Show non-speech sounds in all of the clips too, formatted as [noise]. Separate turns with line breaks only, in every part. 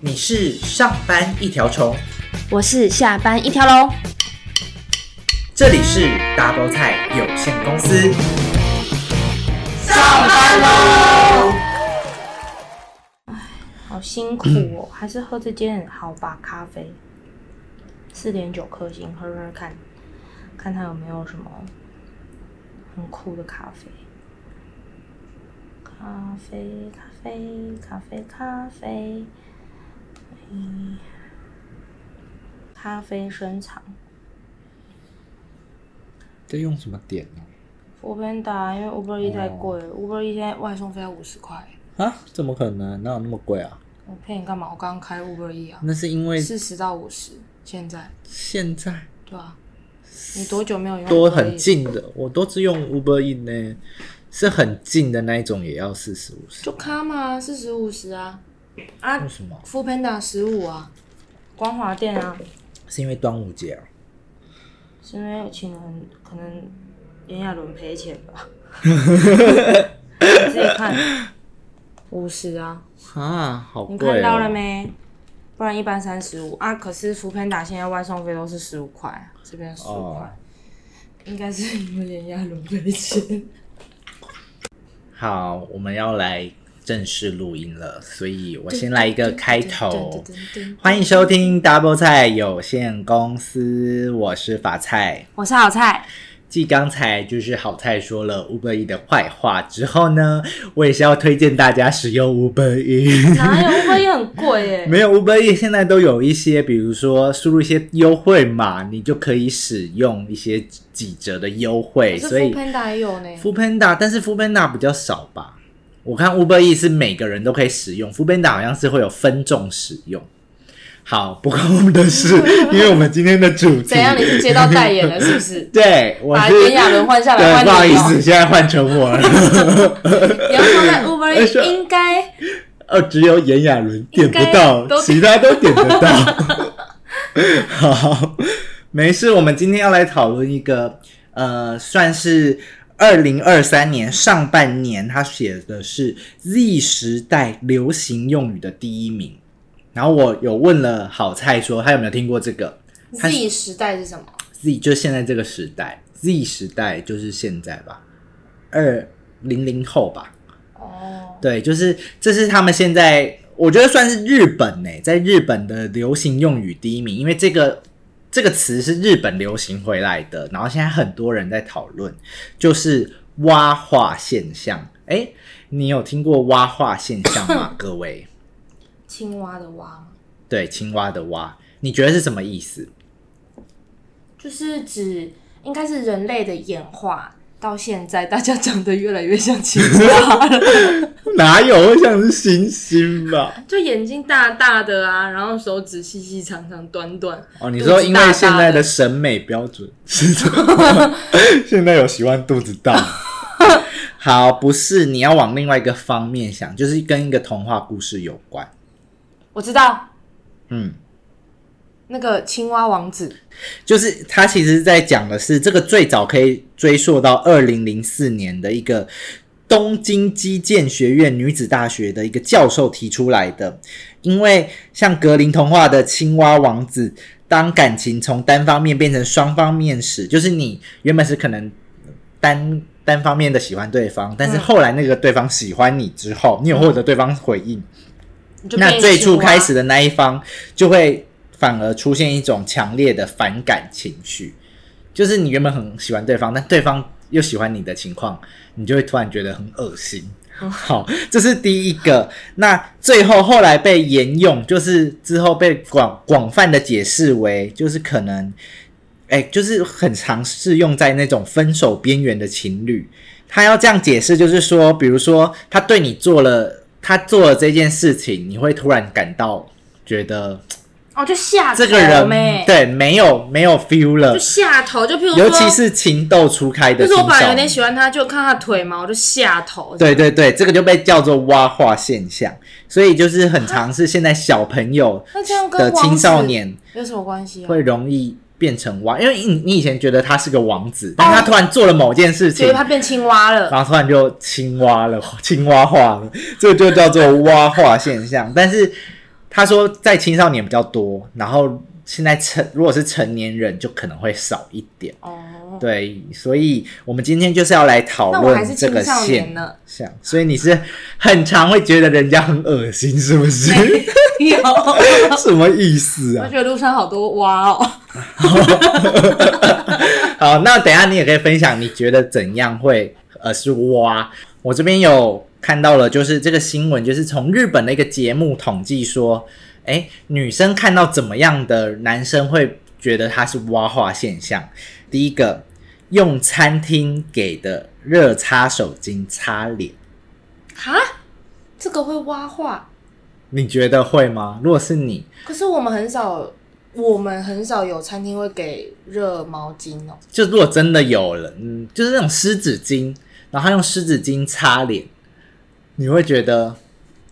你是上班一条虫，
我是下班一条龙。
这里是 Double 菜有限公司。
好辛苦
[clears throat]
哦，还是喝这件好吧咖啡，四点九颗星，喝喝看，看它有没有什么很酷的咖啡。咖啡，咖啡，咖啡，咖啡，嗯，咖啡深藏。
在用什么点呢、
我跟打，因为 Uber E 太
哦
贵了、u b e r E 现在外送费要五十块。
啊？怎么可能？哪有那么贵啊？
我骗你干嘛？我刚刚开 Uber E 啊，
那是因为
四十到五十，现在
现在
对啊。你多久没有用 Uber
都
Eats 了
很近的，我都是用 Uber E 呢，是很近的那一种，也要四十五十。
就卡嘛，四十五十啊，啊
为什么？
，Food Panda 十五啊，光华店啊，
是因为端午节啊？
是因为请人可能炎亚纶赔钱
[laughs]
吧，你自己看，五十啊，
啊，好贵、
你
哦！
看到了？没？不然一般三十五啊，可是 Food Panda 现在外送费都是十五块啊，这边十五块
哦，
应该是因为炎亚纶赔钱。
好，我们要来正式录音了，所以我先来一个开
[laughs]
头。
噔噔噔噔噔
欢迎收听 Double 菜有限公司，我是法菜。
我是好 [laughs] 菜，
继刚才就是好菜说了 Uber E 的坏话之后呢，我也是要推荐大家使用 Uber E。
哪有 Uber 也很贵耶、
[laughs] 没有 Uber E 现在都有一些，比如说输入一些优惠码，你就可以使用一些几折的优惠。
可
所
是 Food
以
Panda 也有呢。
f o o Panda，但是 f o o Panda 比较少吧。我看 Uber E 是每个人都可以使用 f o o Panda 好像是会有分众使用。好，不关我们的事，因为我们今天的主题？
怎样？你是接到代言了是不是
对， [laughs] 我
把
是
炎亚纶换下
对，
来换你
不
哦
好意思，现在换成我了。
你要
[laughs]
放在 Uber
而且
Eats 应该
哦，只有炎亚纶点不
应该
到
都，
其他都点得
[laughs]
到。 [laughs] 好，没事，我们今天要来讨论一个呃，算是二零二三年上半年，他写的是 Z 时代流行用语的第一名。然后我有问了好菜说，他有没有听过这个
Z 时代是什么？
Z？就现在这个时代，Z 时代就是现在吧，二零零后吧。
哦，
对，就是这是他们现在我觉得算是日本呢、欸在日本的流行用语第一名，因为这个这个词是日本流行回来的，然后现在很多人在讨论，就是蛙化现象。哎、你有听过蛙化现象 [laughs] 吗？各位，
青蛙的蛙，
对，青蛙的蛙，你觉得是什么意思？
就是指应该是人类的演化到现在，大家长得越来越像青蛙 [laughs] 了，
哪有会像是星星吧？
就眼睛大大的啊，然后手指细细长长短短。
哦，你说因为现在的审美标准是这样， [laughs] 现在有喜欢肚子大。 [laughs] 好，不是，你要往另外一个方面想，就是跟一个童话故事有关。
我知道
嗯，
那个青蛙王子，
就是他其实在讲的是这个最早可以追溯到二零零四年的一个东京基建学院女子大学的一个教授提出来的。因为像格林童话的青蛙王子，当感情从单方面变成双方面时，就是你原本是可能单。单方面的喜欢对方，但是
嗯
后来那个对方喜欢你之后，你有获得对方回应，
你就
那
变啊
最
青
初
蛙
开始的那一方就会反而出现一种强烈的反感情绪，就是你原本很喜欢对方，但对方又喜欢你的情况，你就会突然觉得很恶心。
哦
好，这是第一个。那最后后来被沿用，就是之后被广广泛的解释为，就是可能，哎、就是很常适用在那种分手边缘的情侣。他要这样解释，就是说，比如说他对你做了，他做了这件事情，你会突然感到觉得
哦，就下
这个
头
人
咩，
对没有没有 feel 了
就，下头，就譬如说
尤其是情窦初开的
就是
青
我本来有点
少
喜欢他，就看他腿毛，我就下头。
对对对，这个就被叫做蛙化现象，所以就是很常是现在小朋友
那这样跟
的
王
青
子
少年
有什么关系啊？
会容易变成王，因为你你以前觉得他是个王子，但他突然做了某件事
所
情
以，哦他变青蛙了。
然后突然就青蛙了， [laughs] 青蛙化了，这就叫做蛙化现象。但是他说在青少年比较多，然后现在成如果是成年人就可能会少一点。
哦，
对，所以我们今天就是要来讨
那我还
论
是
这
青
个
少年
现
呢。 [laughs]
象。所以你是很常会觉得人家很恶心，是不
[laughs]
是？
有，我
什么意思啊？
觉得路上好多蛙哦。
好，那等一下你也可以分享，你觉得怎样会呃是蛙？我这边有看到了，就是这个新闻，就是从日本的一个节目统计说，哎，女生看到怎么样的男生会觉得他是蛙化现象？第一个，用餐厅给的热擦手巾擦脸，
哈，这个会蛙化，
你觉得会吗？如果是你，
可是我们很少，我们很少有餐厅会给热毛巾哦。
就如果真的有人，嗯，就是那种湿纸巾，然后他用湿纸巾擦脸，你会觉得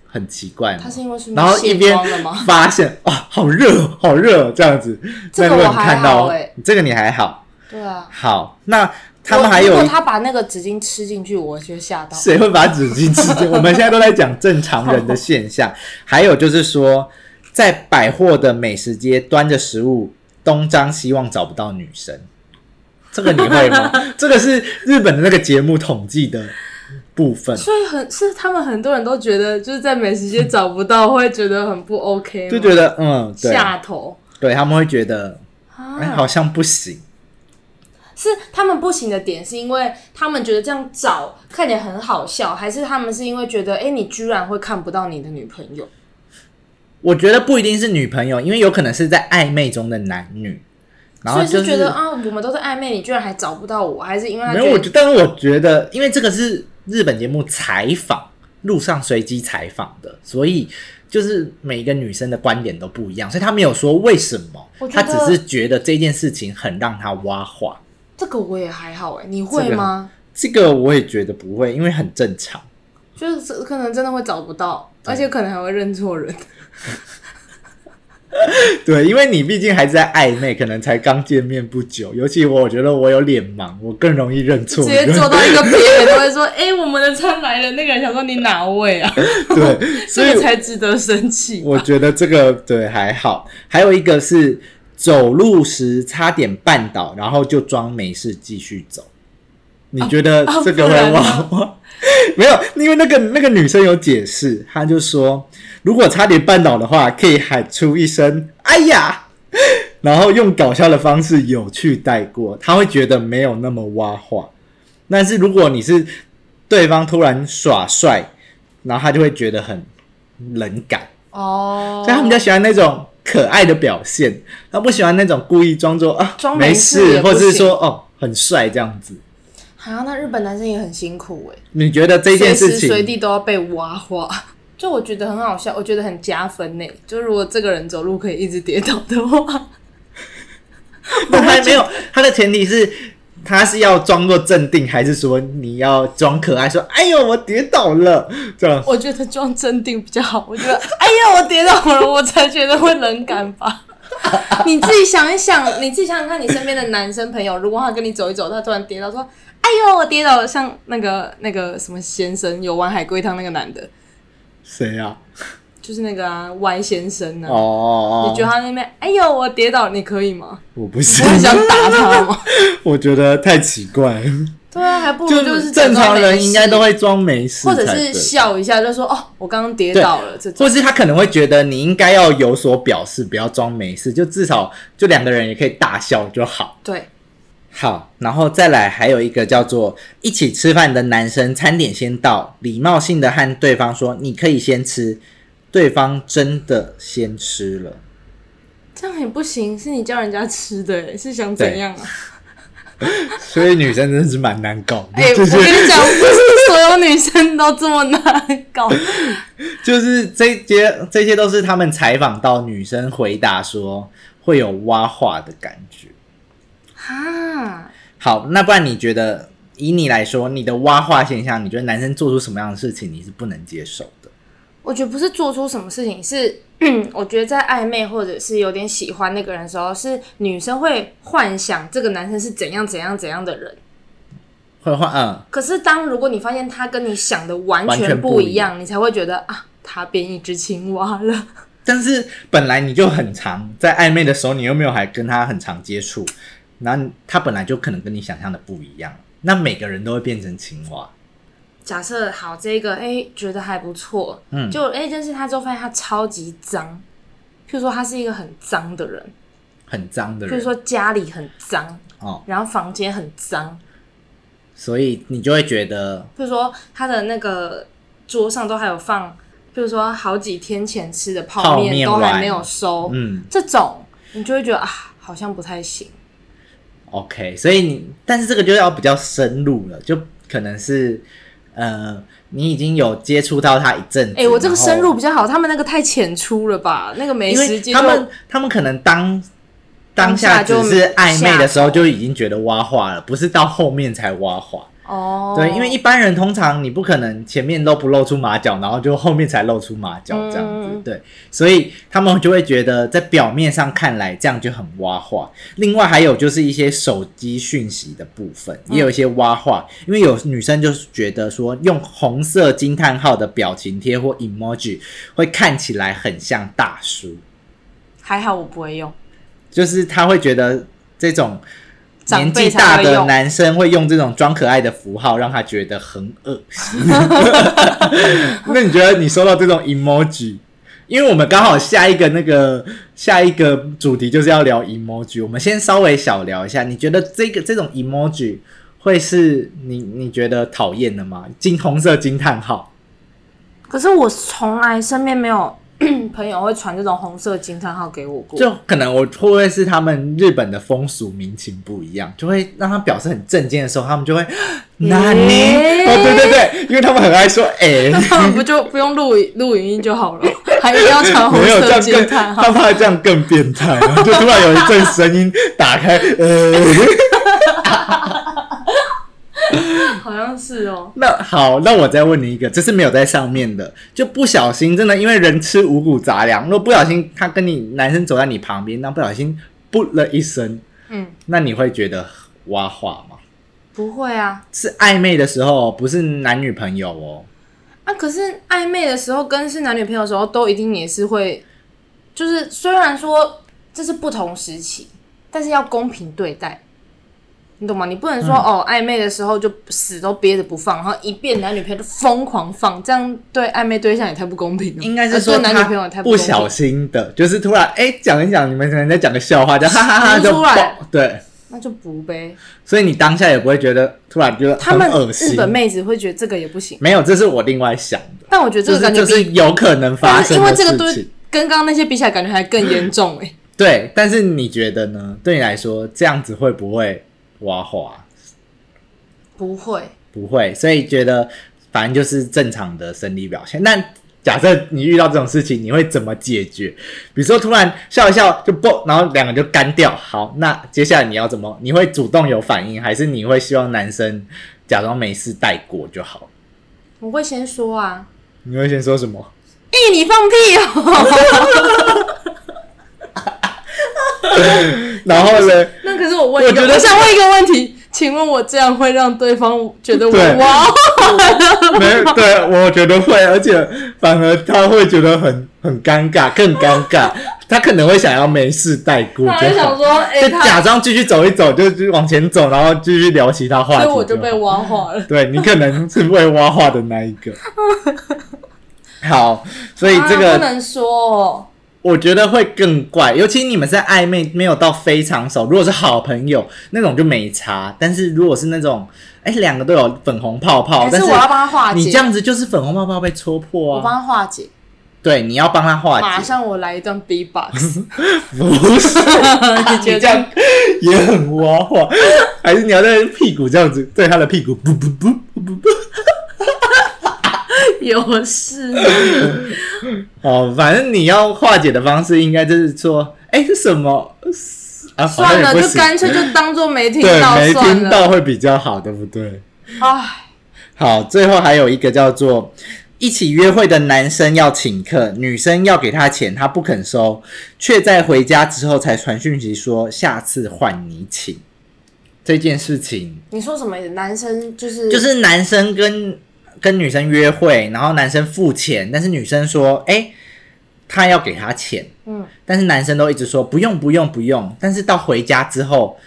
很奇怪吗
他？是因为顺
然
便
后一
卸
边
妆了
[laughs]
吗？
发现哇，好热，哦好热，这样子。
这
那
个
如果
我
你
还
看到
好欸
这个你还好，
对啊，
好。那他们
我
还
如
有
果
一
他把那个纸巾吃进去，我就会吓到。
谁会把纸巾吃掉？我们现在都在讲正常人的现象。还有就是说，在百货的美食街端着食物，东张西望找不到女生，这个你会吗？ [laughs] 这个是日本的那个节目统计的部分。
所以很是他们很多人都觉得，就是在美食街找不到，会觉得很不 OK，吗
就觉得嗯，对，
下头
对他们会觉得
啊
哎、好像不行，
是他们不行的点，是因为他们觉得这样找看起来很好笑，还是他们是因为觉得，哎、你居然会看不到你的女朋友？
我觉得不一定是女朋友，因为有可能是在暧昧中的男女，然后
所以
就是
觉得啊，我们都在暧昧，你居然还找不到我，还是因为他
没有，我
觉
觉得，
得
但是我觉得，因为这个是日本节目采访，路上随机采访的，所以就是每一个女生的观点都不一样，所以她没有说为什么
我，觉
她
得
只是觉得这件事情很让她挖话。
这个我也还好哎、你会吗？
这个我也觉得不会，因为很正常。
就是可能真的会找不到，而且可能还会认错人。
对，因为你毕竟还在暧昧，可能才刚见面不久，尤其我觉得我有脸盲，我更容易认错
直接
人。
坐到一个别人都会说：“哎、我们的餐来了。”那个人想说：“你哪位啊？”
对， [laughs] 所以
这个才值得生气。
我觉得这个对还好，还有一个是走路时差点绊倒，然后就装没事继续走。你觉得
啊
这个
不
会
然呢
忘吗？ [laughs] 没有，因为那个那个女生有解释，她就说，如果差点绊倒的话，可以喊出一声“哎呀”，然后用搞笑的方式有趣带过，她会觉得没有那么挖话。但是如果你是对方突然耍帅，然后他就会觉得很冷感。
哦，
所以他们比较喜欢那种可爱的表现，他不喜欢那种故意装作啊
装
没
没事也不
或
行
者是说哦很帅这样子。
好像那日本男生也很辛苦哎、
你觉得这件事
随时随
情 [laughs]
地都要被挖花。 [laughs] 就我觉得很好笑，我觉得很加分呢。就如果这个人走路可以一直跌倒的话， [laughs]
他还没有，他的前提是他是要装作镇定，还是说你要装可爱，说哎呦我跌倒了这样？
我觉得装镇定比较好。我觉得，哎呀，我跌倒了，我才觉得会冷感吧。 [laughs] 你自己想一想，你自己想想看，你身边的男生朋友，如果他跟你走一走，他突然跌倒，说：“哎呦，我跌倒了。”像那个那个什么先生，有玩海龟汤那个男的，
谁啊？
就是那个啊歪先生呢、
哦哦
[laughs] 你觉
哦，
得他那边，哎呦，我跌倒，你可以吗？
我不是
我，很想打他吗？
我觉得太奇怪了，
对啊，还不如
就是正
假装
常
没
人应该
事
都，会装没事才
或
对，
者是笑一下，就说哦，我刚刚跌
对
倒了这种。
或是他可能会觉得你应该要有所表示，不要装没事，就至少就两个人也可以大笑就好。
对，
好，然后再来还有一个叫做一起吃饭的男生，餐点先到，礼貌性的和对方说你可以先吃，对方真的先吃了，
这样也不行，是你叫人家吃的耶，是想怎样啊？
所以女生真的是蛮难搞的，
哎、我
[laughs] 就
跟
是
你讲，不是所有女生都这么难搞。
[laughs] 就是这些这些都是他们采访到女生回答说会有挖话的感觉。
哈，
好，那不然你觉得以你来说，你的挖话现象，你觉得男生做出什么样的事情你是不能接受的？
我觉得不是做出什么事情，是 [clears throat] 我觉得在暧昧或者是有点喜欢那个人的时候，是女生会幻想这个男生是怎样怎样怎样的人。
会换嗯，
可是当如果你发现他跟你想的完
完全
全
不
不
一
一
样
样，你才会觉得啊，他变一只青蛙了。
但是本来你就很长，在暧昧的时候，你又没有还跟他很常接触，然后他本来就可能跟你想象的不一样，那每个人都会变成青蛙。
[laughs] 假设好这个，哎、觉得还不错，
嗯
就哎、认识他之后发现他超级脏，譬如说他是一个很脏的人，
很脏的
譬如
人
说家里很脏，
哦，
然后房间很脏，
所以你就会觉得
譬如说他的那个桌上都还有放，譬如说好几天前吃的泡
泡面
面都
碗
还没有收，
嗯
这种你就会觉得啊，好像不太行。
OK，所以你但是这个就要比较深入了，就可能是呃，你已经有接触到他一阵子，
哎、我这个
然后
深入比较好，他们那个太浅出了吧？那个没
因
时
为
间。
他们他们可能当当下
当下
只
就是
暧昧的时候
下头
就已经觉得挖话了，不是到后面才挖话。
哦，
对，因为一般人通常你不可能前面露不露出马脚，然后就后面才露出马脚这样子，
嗯
对，所以他们就会觉得在表面上看来这样就很挖话。另外还有就是一些手机讯息的部分，
嗯
也有一些挖话，因为有女生就是觉得说用红色惊叹号的表情贴或 emoji 会看起来很像大叔，
还好我不会用。
就是他会觉得这种。
长
年
辈
纪
才
大
会
的
用
男生会用这种装可爱的符号，让他觉得很恶
[laughs]
心。那你觉得你收到这种 emoji？因为我们刚好下一个那个下一个主题就是要聊 emoji，我们先稍微小聊一下。你觉得这个这种 emoji 会是你你觉得讨厌的吗？金红色惊叹号，
可是我从来身边没有 [clears throat] 朋友会传这种红色惊叹号给我过。 [laughs]
就可能我会不会是他们日本的风俗民情不一样，就会让他表示很震惊的时候，他们就会 [gasps] 那你、
诶
[laughs] 哦，对对对，因为他们很爱说 [laughs]
[laughs]
哎。
他们不就不用录影录语音就好了，还一定要传红
没有这
色
样
惊
更，
叹
他
号？
怕这样更变态，然后就突然有一阵声音打开， [laughs] 呃，
好像是哦。
那好，那我再问你一个，这是没有在上面的，就不小心真的，因为人吃五谷杂粮，如果不小心他跟你男生走在你旁边，那不小心不了一声，
嗯，
那你会觉得挖话吗？
不会啊
是暧昧的时候，不是男女朋友哦。
啊！可是暧昧的时候跟是男女朋友的时候，都一定也是会，就是虽然说这是不同时期，但是要公平对待。你懂吗？你不能
嗯
说、哦，暧昧的时候就死都憋着不放，然后一变男女朋友就疯狂放，这样对暧昧对象也太不公平了。
应该
啊
是说
对男女朋友也
他
太
不
公平了
小心的，就是突然哎讲、一讲，你们可能在讲个笑话，就
[laughs]
哈哈哈
说
就
出来
爆对。
那就不呗。
所以你当下也不会觉得突然觉得
他
很
们
恶
日
心。
本妹子会觉得这个也不行，
没有，这是我另外想的，
但我觉得
就
这个
是
感觉
就
比，
是有可能发
但是
生
因为
的
这个
事
对
情。嗯
跟刚刚那些比起来，感觉还更严重哎、
对，但是你觉得呢？对你来说，这样子会不会挖滑？
不会，
不会，所以觉得反正就是正常的生理表现。那假设你遇到这种事情，你会怎么解决？比如说突然笑一笑就啵，然后两个就干掉。好，那接下来你要怎么？你会主动有反应，还是你会希望男生假装没事带过就
[laughs]
好？
我会先说啊，
你会先说什么？
哎、你放屁哦！
然后呢？
[laughs] 那可是我问一个，
我觉
我
得
想问一个问题，请问我这样会让对方觉得
对
我哇？
没有，对，我觉得会，而且反而他会觉得很很尴尬，更尴尬。他可能会想要没事带过，
他就
就
想
好
说，哎、
就
他，
假装继续走一走，就就往前走，然后继续聊其他话题。
所以我就被。挖化了。
对你可能是被挖话的那一
[laughs]
个。好， [laughs] 所以这
啊、不
个
能说、哦，
我觉得会更怪，尤其你们在暧昧没有到非常熟，如果是好朋友那种就没差，但是如果是那种哎两个都有粉红泡泡，
还
但
是
是
我要帮他化解？
你这样子就是粉红泡泡被戳破
我帮
啊！
他化解，
对，你要帮他化
马
解，
上我来一段 B
[laughs]
box，
不是
[laughs] 啊你
你
觉
这
得
样也很挖话，还是你要在屁股这样子对他的屁股，不不不不不不，
[laughs] 有事？
哦，反正你要化解的方式应该就是说，哎、是什么啊？好像
算
也
了，
不
就
行
干脆就当做没听
对
到
没
算
听
了。
到会比较好，对不对？
唉，
好，最后还有一个叫做一起约会的男生要请客，女生要给他钱，他不肯收，却在回家之后才传讯息说下次换你请。这件事情
你说什么？男生就是
就是男生跟跟女生约会，然后男生付钱，但是女生说，哎、他要给他钱，
嗯，
但是男生都一直说不用不用不用，但是到回家之后，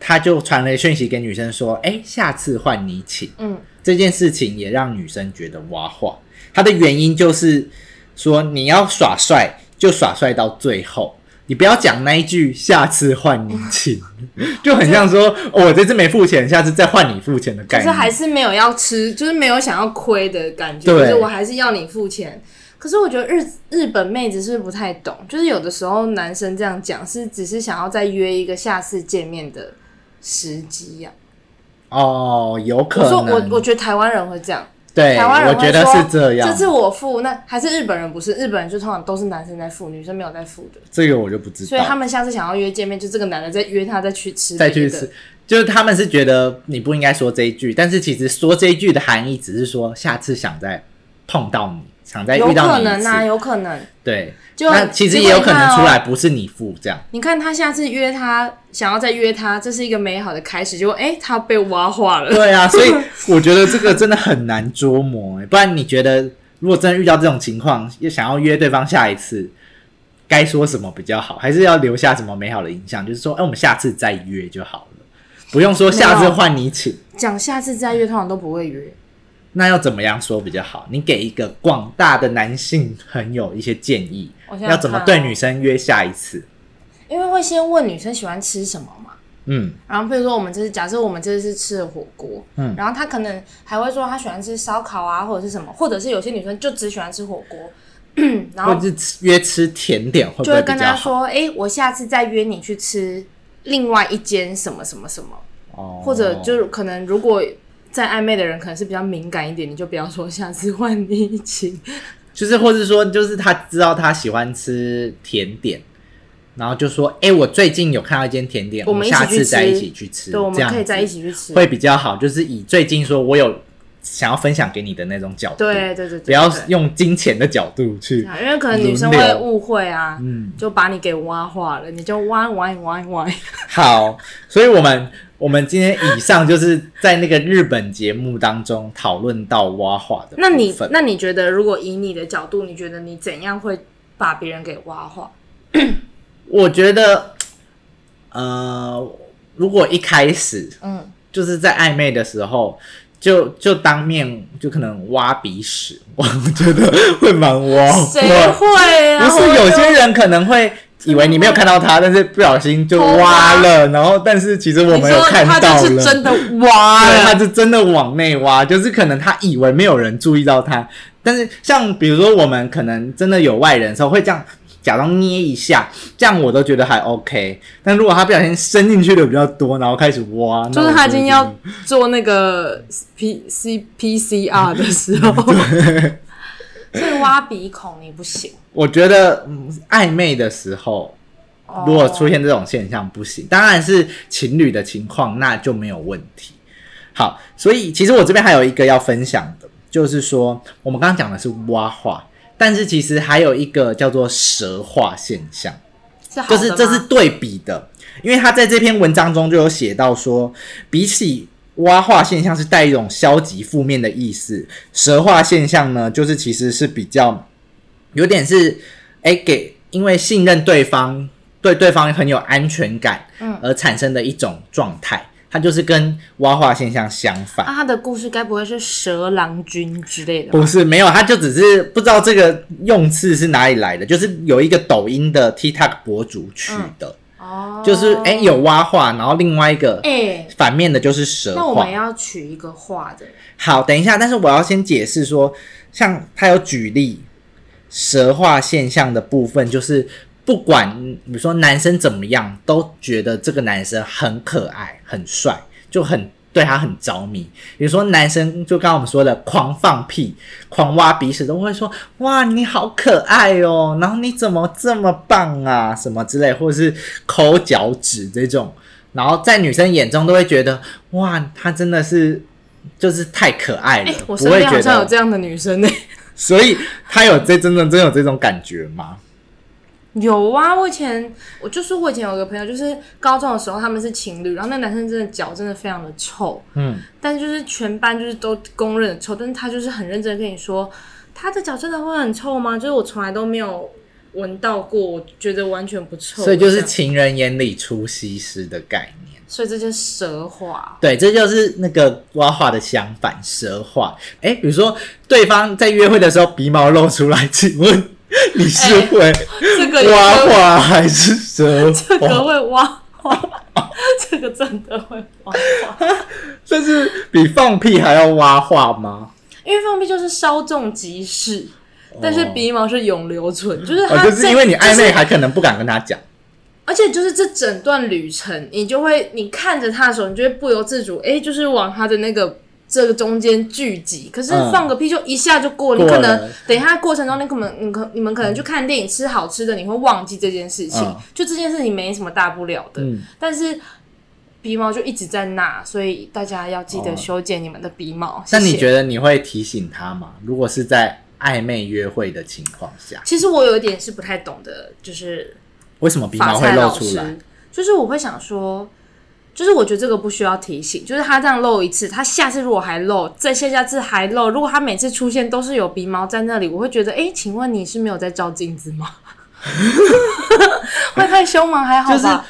他就传了讯息给女生说，哎、下次换你请。
嗯，
这件事情也让女生觉得挖话。她的原因就是说，你要耍帅就耍帅到最后，你不要讲那一句“下次换你请”， [laughs] 就很像说、哦我这次没付钱，下次再换你付钱的
可
概
是
念。
还是没有要吃，就是没有想要亏的感觉，
对
就是我还是要你付钱。可是我觉得日日本妹子是不太懂，就是有的时候男生这样讲是只是想要再约一个下次见面的时机呀、
哦，有
我
可
说
能。
我我觉得台湾人会这样，
对，
台湾人
我
会
觉得
说
是这样。
次我付，那还是日本人不是？日本人就通常都是男生在付，女生没有在付的。
这个我就不知道。
所以他们下次想要约见面，就这个男的再约他再去吃，
再去吃。，就是他们是觉得你不应该说这一句，但是其实说这一句的含义只是说下次想再碰到你，想再
有
遇到
可
你一
能
次。
啊，有可能。
对，
就
那其实也有可
哦
能出来不是你付这样，
你看他下次约他，想要再约他，这是一个美好的开始。结果哎、诶他被挖化了。
[laughs] 对啊，
[laughs]
所以我觉得这个真的很难捉摸、欸。不然你觉得，如果真的遇到这种情况，又想要约对方下一次，该说什么比较好？还是要留下什么美好的印象？就是说，哎、我们下次再约就好了，不用说下次换你请。
讲下次再约，通常都不会约。
那要怎么样说比较好？你给一个广大的男性朋友一些建议
我，想想
要怎么
看
对
哦
女生约下一次？
因为会先问女生喜欢吃什么嘛。
嗯，
然后比如说我们这次假设我们这次吃了火锅，
嗯
然后她可能还会说她喜欢吃烧烤啊，或者是什么，或者是有些女生就只喜欢吃火 [clears throat] 锅，然后
或者是约吃甜点会不
就会
会比
跟
较
她
好？
说，哎、我下次再约你去吃另外一间什么什么什么，
哦
或者就是可能如果在暧昧的人可能是比较敏感一点，你就不要说下次换你一起，
就是，或是说，就是他知道他喜欢吃甜点，然后就说：“哎、我最近有看到一间甜点，
我
我
们一起
下
去
次
吃
再一起去吃，
对，我
这
们
样
可以在一
子
起去吃，
会比较好。”就是以最近说我有想要分享给你的那种角度，
对对对对，
不要
对
用金钱的角度去
对。啊因为可能女生
轮
会
流
误会啊，
嗯，
就把你给挖化了，你就挖挖挖
[laughs]
挖。
好，所以我们我们今天以上就是在那个日本节目当中讨论到挖话的部分。
那你那你觉得，如果以你的角度，你觉得你怎样会把别人给挖化？
我觉得，呃，如果一开始
嗯，
就是在暧昧的时候，就就当面就可能挖鼻屎， [laughs] 我觉得会蛮挖。
谁会啊？
不是有些人可能会以为你没有看到他，但是不小心就挖了，然后但是其实我
你
们有
说
看
他
到
就是
了。
真的挖
对，他
了，
是真的往内挖，就是可能他以为没有人注意到他，但是像比如说我们可能真的有外人的时候会这样假装捏一下，这样我都觉得还 OK。但如果他不小心伸进去的比较多，然后开始挖，那
就是
我
他已
就
经
觉
要
得
做那个 P C P C R 的时
[laughs]
候， [laughs] 所以挖鼻孔你不行。
我觉得、嗯暧昧的时候，如果出现这种现象不行，当然是情侣的情况那就没有问题。好，所以其实我这边还有一个要分享的，就是说我们刚刚讲的是蛙化，但是其实还有一个叫做蛇化现象。
是好
就
的
是
吗
这是对比的，因为他在这篇文章中就有写到说，比起蛙化现象是带一种消极负面的意思，蛇化现象呢，就是其实是比较有点是哎、给因为信任对方，对对方很有安全感，
嗯
而产生的一种状态，它就是跟蛙化现象相反。
啊，他的故事该不会是蛇郎君之类的吧？
不是没有，他就只是不知道这个用词是哪里来的，就是有一个抖音的 TikTok 博主取的，
哦，
就是哎、有蛙化，然后另外一个
哎、
反面的就是蛇
那我
化
们。要取一个画的，
好，等一下，但是我要先解释说，像他有举例蛇化现象的部分，就是不管比如说男生怎么样，都觉得这个男生很可爱、很帅，就很对他很着迷。比如说男生就刚刚我们说的狂放屁、狂挖鼻屎，都会说哇你好可爱哦，然后你怎么这么棒啊什么之类，或者是抠脚趾这种。然后在女生眼中都会觉得，哇，他真的是就是太可爱了，
哎、
不
我身
会
边
觉
好像有
得
这样的女生呢、
所以他有这真的真有这种感觉吗？
有啊，我以前我就说，我以前有个朋友，就是高中的时候他们是情侣，然后那男生真的脚真的非常的臭，
嗯，
但就是全班就是都公认的臭，但是他就是很认真地跟你说，他的脚真的会很臭吗？就是我从来都没有闻到过，我觉得完全不臭，
所以就是
这样
情人眼里出西施的概念。
所以这就是蛇话，
对，这就是那个蛙化的相反，蛇化。哎，比如说对方在约会的时候鼻毛露出来，请
[laughs]
问你是
诶
会
这个也
蛙
会
化还是蛇
哎这个
化？
会挖花，这个真的会挖花，
[laughs] 这是比放屁还要蛙化吗？
因为放屁就是稍纵即逝，但是鼻毛是永留存，就是
哦，
他、
就是因为你暧
啊就是
昧，还可能不敢跟他讲。
而且就是这整段旅程，你就会你看着他的时候，你就会不由自主，哎、就是往他的那个这个中间聚集。可是
嗯
放个屁就一下就过了，
过
你
了
可能等一下过程中，你可能你可你们可能去看电影吃好吃的，你会忘记这件事情，
嗯
就这件事情没什么大不了的。
嗯
但是鼻毛就一直在那，所以大家要记
哦
得修剪你们的鼻毛。
那你
谢谢
觉得你会提醒他吗？如果是在暧昧约会的情况下，
其实我有一点是不太懂的，就是
为什么鼻
法
毛会
菜
露
老
出
师
来？，
就是我会想说，就是我觉得这个不需要提醒，就是他这样露一次，他下次如果还露，再下下次还露，如果他每次出现都是有鼻毛在那里，我会觉得，哎、请问你是没有在照镜子吗？ [laughs] 会太凶吗？还好
就是
吧，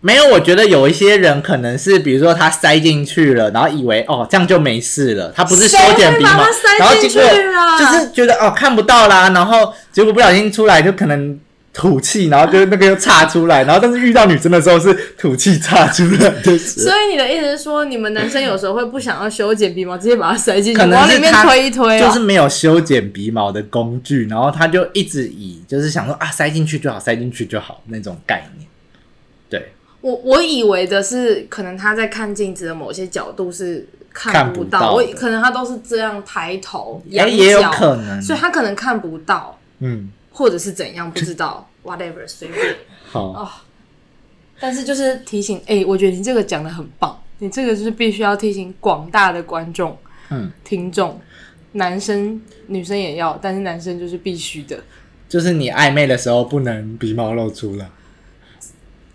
没有，我觉得有一些人可能是，比如说他塞进去了，然后以为哦这样就没事了，他不是修剪鼻
谁会
毛
把它塞，
然后结
进
果
去啊
就是觉得哦看不到啦，然后结果不小心出来就可能吐气，然后就那个又岔出来，然后但是遇到女生的时候是吐气岔出来的时候
[laughs] 所以你的意思是说，你们男生有时候会不想要修剪鼻毛，直接把它塞进去，
可能
往
是
里面
他
推一推、哦，
就是没有修剪鼻毛的工具，然后他就一直以就是想说啊塞进去就好，塞进去就好那种概念。对，
我我以为的是，可能他在看镜子的某些角度是看不
看不到
到，
的
我可能他都是这样抬头
也
仰角，
也有可能
所以他可能看不到，
嗯，
或者是怎样，不知 [laughs] 道，whatever，随便。
好，
哦但是就是提醒，哎、我觉得你这个讲的很棒，你这个就是必须要提醒广大的观众、
嗯，
听众，男生女生也要，但是男生就是必须的，
就是你暧昧的时候不能鼻毛露出来。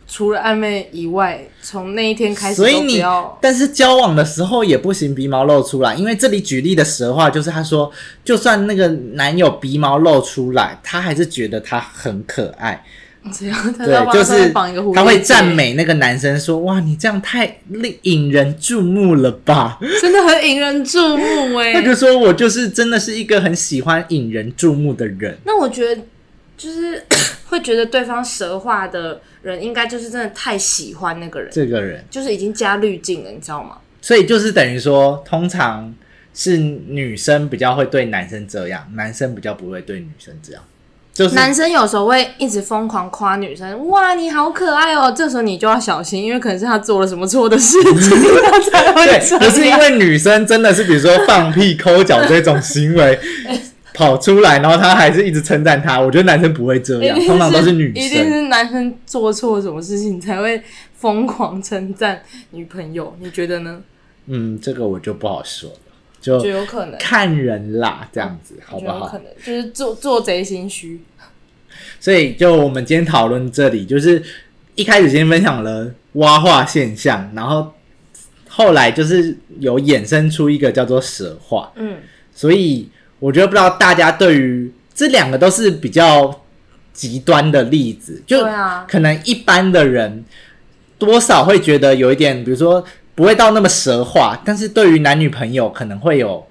除了暧昧以外，从那一天开始
所以
都不
你
要，。
但是交往的时候也不行鼻毛露出来，因为这里举例的蛇话就是他说，就算那个男友鼻毛露出来，他还是觉得他很可爱，
[laughs] 怎样？他
对
要，帮
就
他上面
是
绑一个蝴蝶
他会
结
赞美那个男生说，哇，你这样太令引人注目了吧？
[laughs] 真的很引人
[laughs]
注目哎、
他就说我就是真的是一个很喜欢引人注目的人，
那我觉得就是会觉得对方蛇化的人，应该就是真的太喜欢那个人，
这个人。
就是已经加滤镜了，你知道吗？
所以就是等于说，通常是女生比较会对男生这样，男生比较不会对女生这样。就是
男生有时候会一直疯狂夸女生，哇，你好可爱哦，这时候你就要小心，因为可能是他做了什么错的事情，他才会
对，
这样
不是因为女生真的是比如说放屁、抠脚这种行
[laughs]
为跑出来，然后他还是一直称赞他。我觉得男生不会这样
[laughs] 一定，是
通常都是女
一定
生。
是男生做错什么事情才会疯狂称赞女朋友，你觉得呢？
嗯，这个我就不好说了，就
就有可能，
呃看人啦，这样子好
就
不
有
好
可？能，就是做做贼心虚。
所以就我们今天讨论这里，就是一开始先分享了蛙化现象，然后后来就是有衍生出一个叫做蛇化，
嗯，
所以我觉得不知道大家对于这两个都是比较极端的例子，就
对啊
可能一般的人多少会觉得有一点，比如说不会到那么蛇化，但是对于男女朋友可能会有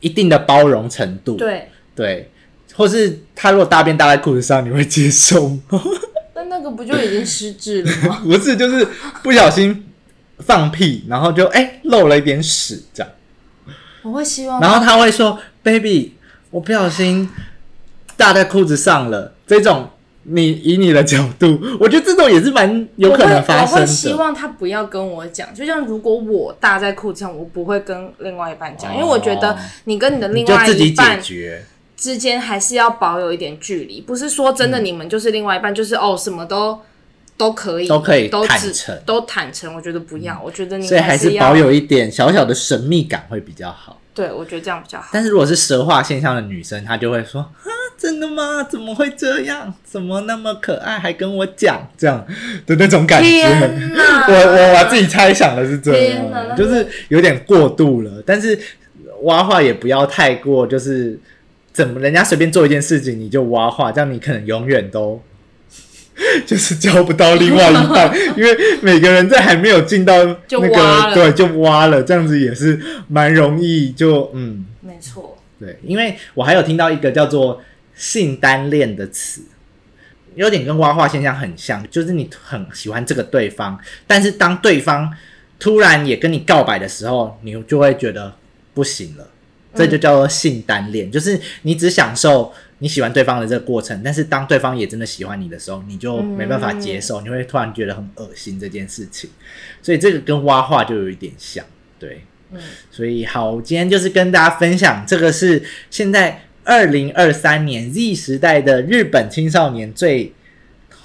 一定的包容程度，
对，啊
对，或是他如果大便搭在裤子上，你会接受吗？ [laughs]
那那个不就已经失智了吗？
不是，就是不小心放屁，然后就哎、漏了一点屎这样，
我会希望，
然后他会说：“baby，我不小心搭在裤子上了。”这种你以你的角度，我觉得这种也是蛮有可能发
我会我会希
生的。
望他不要跟我讲。就像如果我搭在裤子上，我不会跟另外一半讲，因为我觉得你跟你的
哦你
另
就
外
自己
一
解
半
决，
之间还是要保有一点距离，不是说真的
嗯
你们就是另外一半，就是哦什么都。都可以，
都可以
都
坦
只
诚嗯
都坦诚。我觉得不要，我觉得你
所以还
是
是
要
保有一点小小的神秘感会比较好。
对，我觉得这样比较好。
但是如果是蛇化现象的女生，她就会说：“啊，真的吗？怎么会这样？怎么那么可爱，还跟我讲这样的那种感觉
天？”
[laughs]
哪
我我我自己猜想的是这
天哪那
样，啊就是有点过度了。但是挖话也不要太过，就是怎么人家随便做一件事情你就挖话，这样你可能永远都 [laughs] 就是交不到另外一半，因为每个人在还没有进到
就
那
挖
个
了
对就挖了，这样子也是蛮容易就嗯。
没错，
对，因为我还有听到一个叫做“性单恋”的词，有点跟挖话现象很像，就是你很喜欢这个对方，但是当对方突然也跟你告白的时候，你就会觉得不行了，这就叫做性单恋，就是你只享受你喜欢对方的这个过程，但是当对方也真的喜欢你的时候，你就没办法接受，你会突然觉得很恶心这件事情，所以这个跟挖话就有一点像，对。所以好，今天就是跟大家分享，这个是现在二零二三年 Z 时代的日本青少年最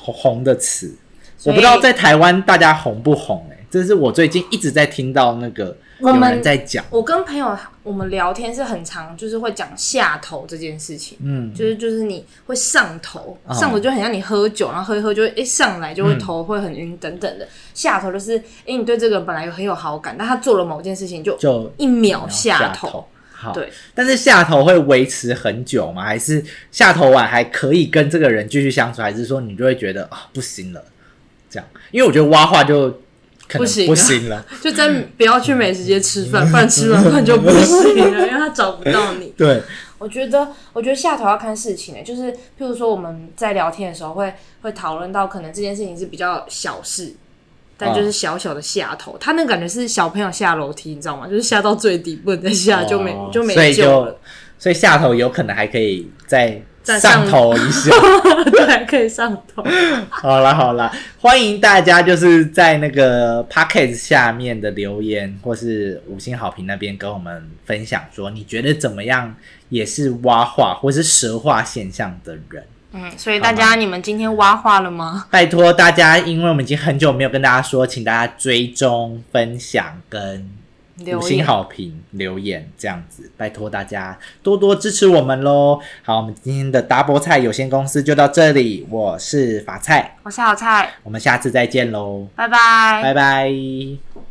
红的词。我
所以
不知道在台湾大家红不红哎、欸这是我最近一直在听到那个
我
有
们
人在讲，
我跟朋友我们聊天是很常，就是会讲下头这件事情。
嗯，
就是就是你会上头，
哦
上头就很像你喝酒，然后喝一喝就会一上来就会
嗯
头会很晕等等的，下头就是哎、诶你对这个人本来有很有好感，但他做了某件事情就
就
一秒
下
下头，。
好，
对，
但是下头会维持很久吗？还是下头完还可以跟这个人继续相处？还是说你就会觉得啊、不行了，这样？因为我觉得挖话就可
不
能
行
不
了
行了，
就真不要去美食街吃饭，不然吃完饭就不行了，因为他找不到你。
对，
我觉得，我觉得下头要看事情的，欸就是譬如说我们在聊天的时候会会讨论到，可能这件事情是比较小事，但就是小小的下头，他那感觉是小朋友下楼梯，你知道吗？就是下到最底，不能再下，就没
哦
就
所
没
以
救了
就，所以下头有可能还可以再
再
上
上 [laughs]
头一下。
对，还可以上头。
好啦好啦，欢迎大家就是在那个 p o c k e t 下面的留言或是五星好评那边跟我们分享说你觉得怎么样，也是挖话或是蛇化现象的人。
嗯，所以
大家
你们今天挖话了吗？
拜托大家，因为我们已经很久没有跟大家说，请大家追踪、分享跟五星好评、留言这样子，拜托大家多多支持我们喽。好，我们今天的 Double 菜有限公司就到这里，我是法菜，
我是好菜，
我们下次再见喽，
拜拜
拜拜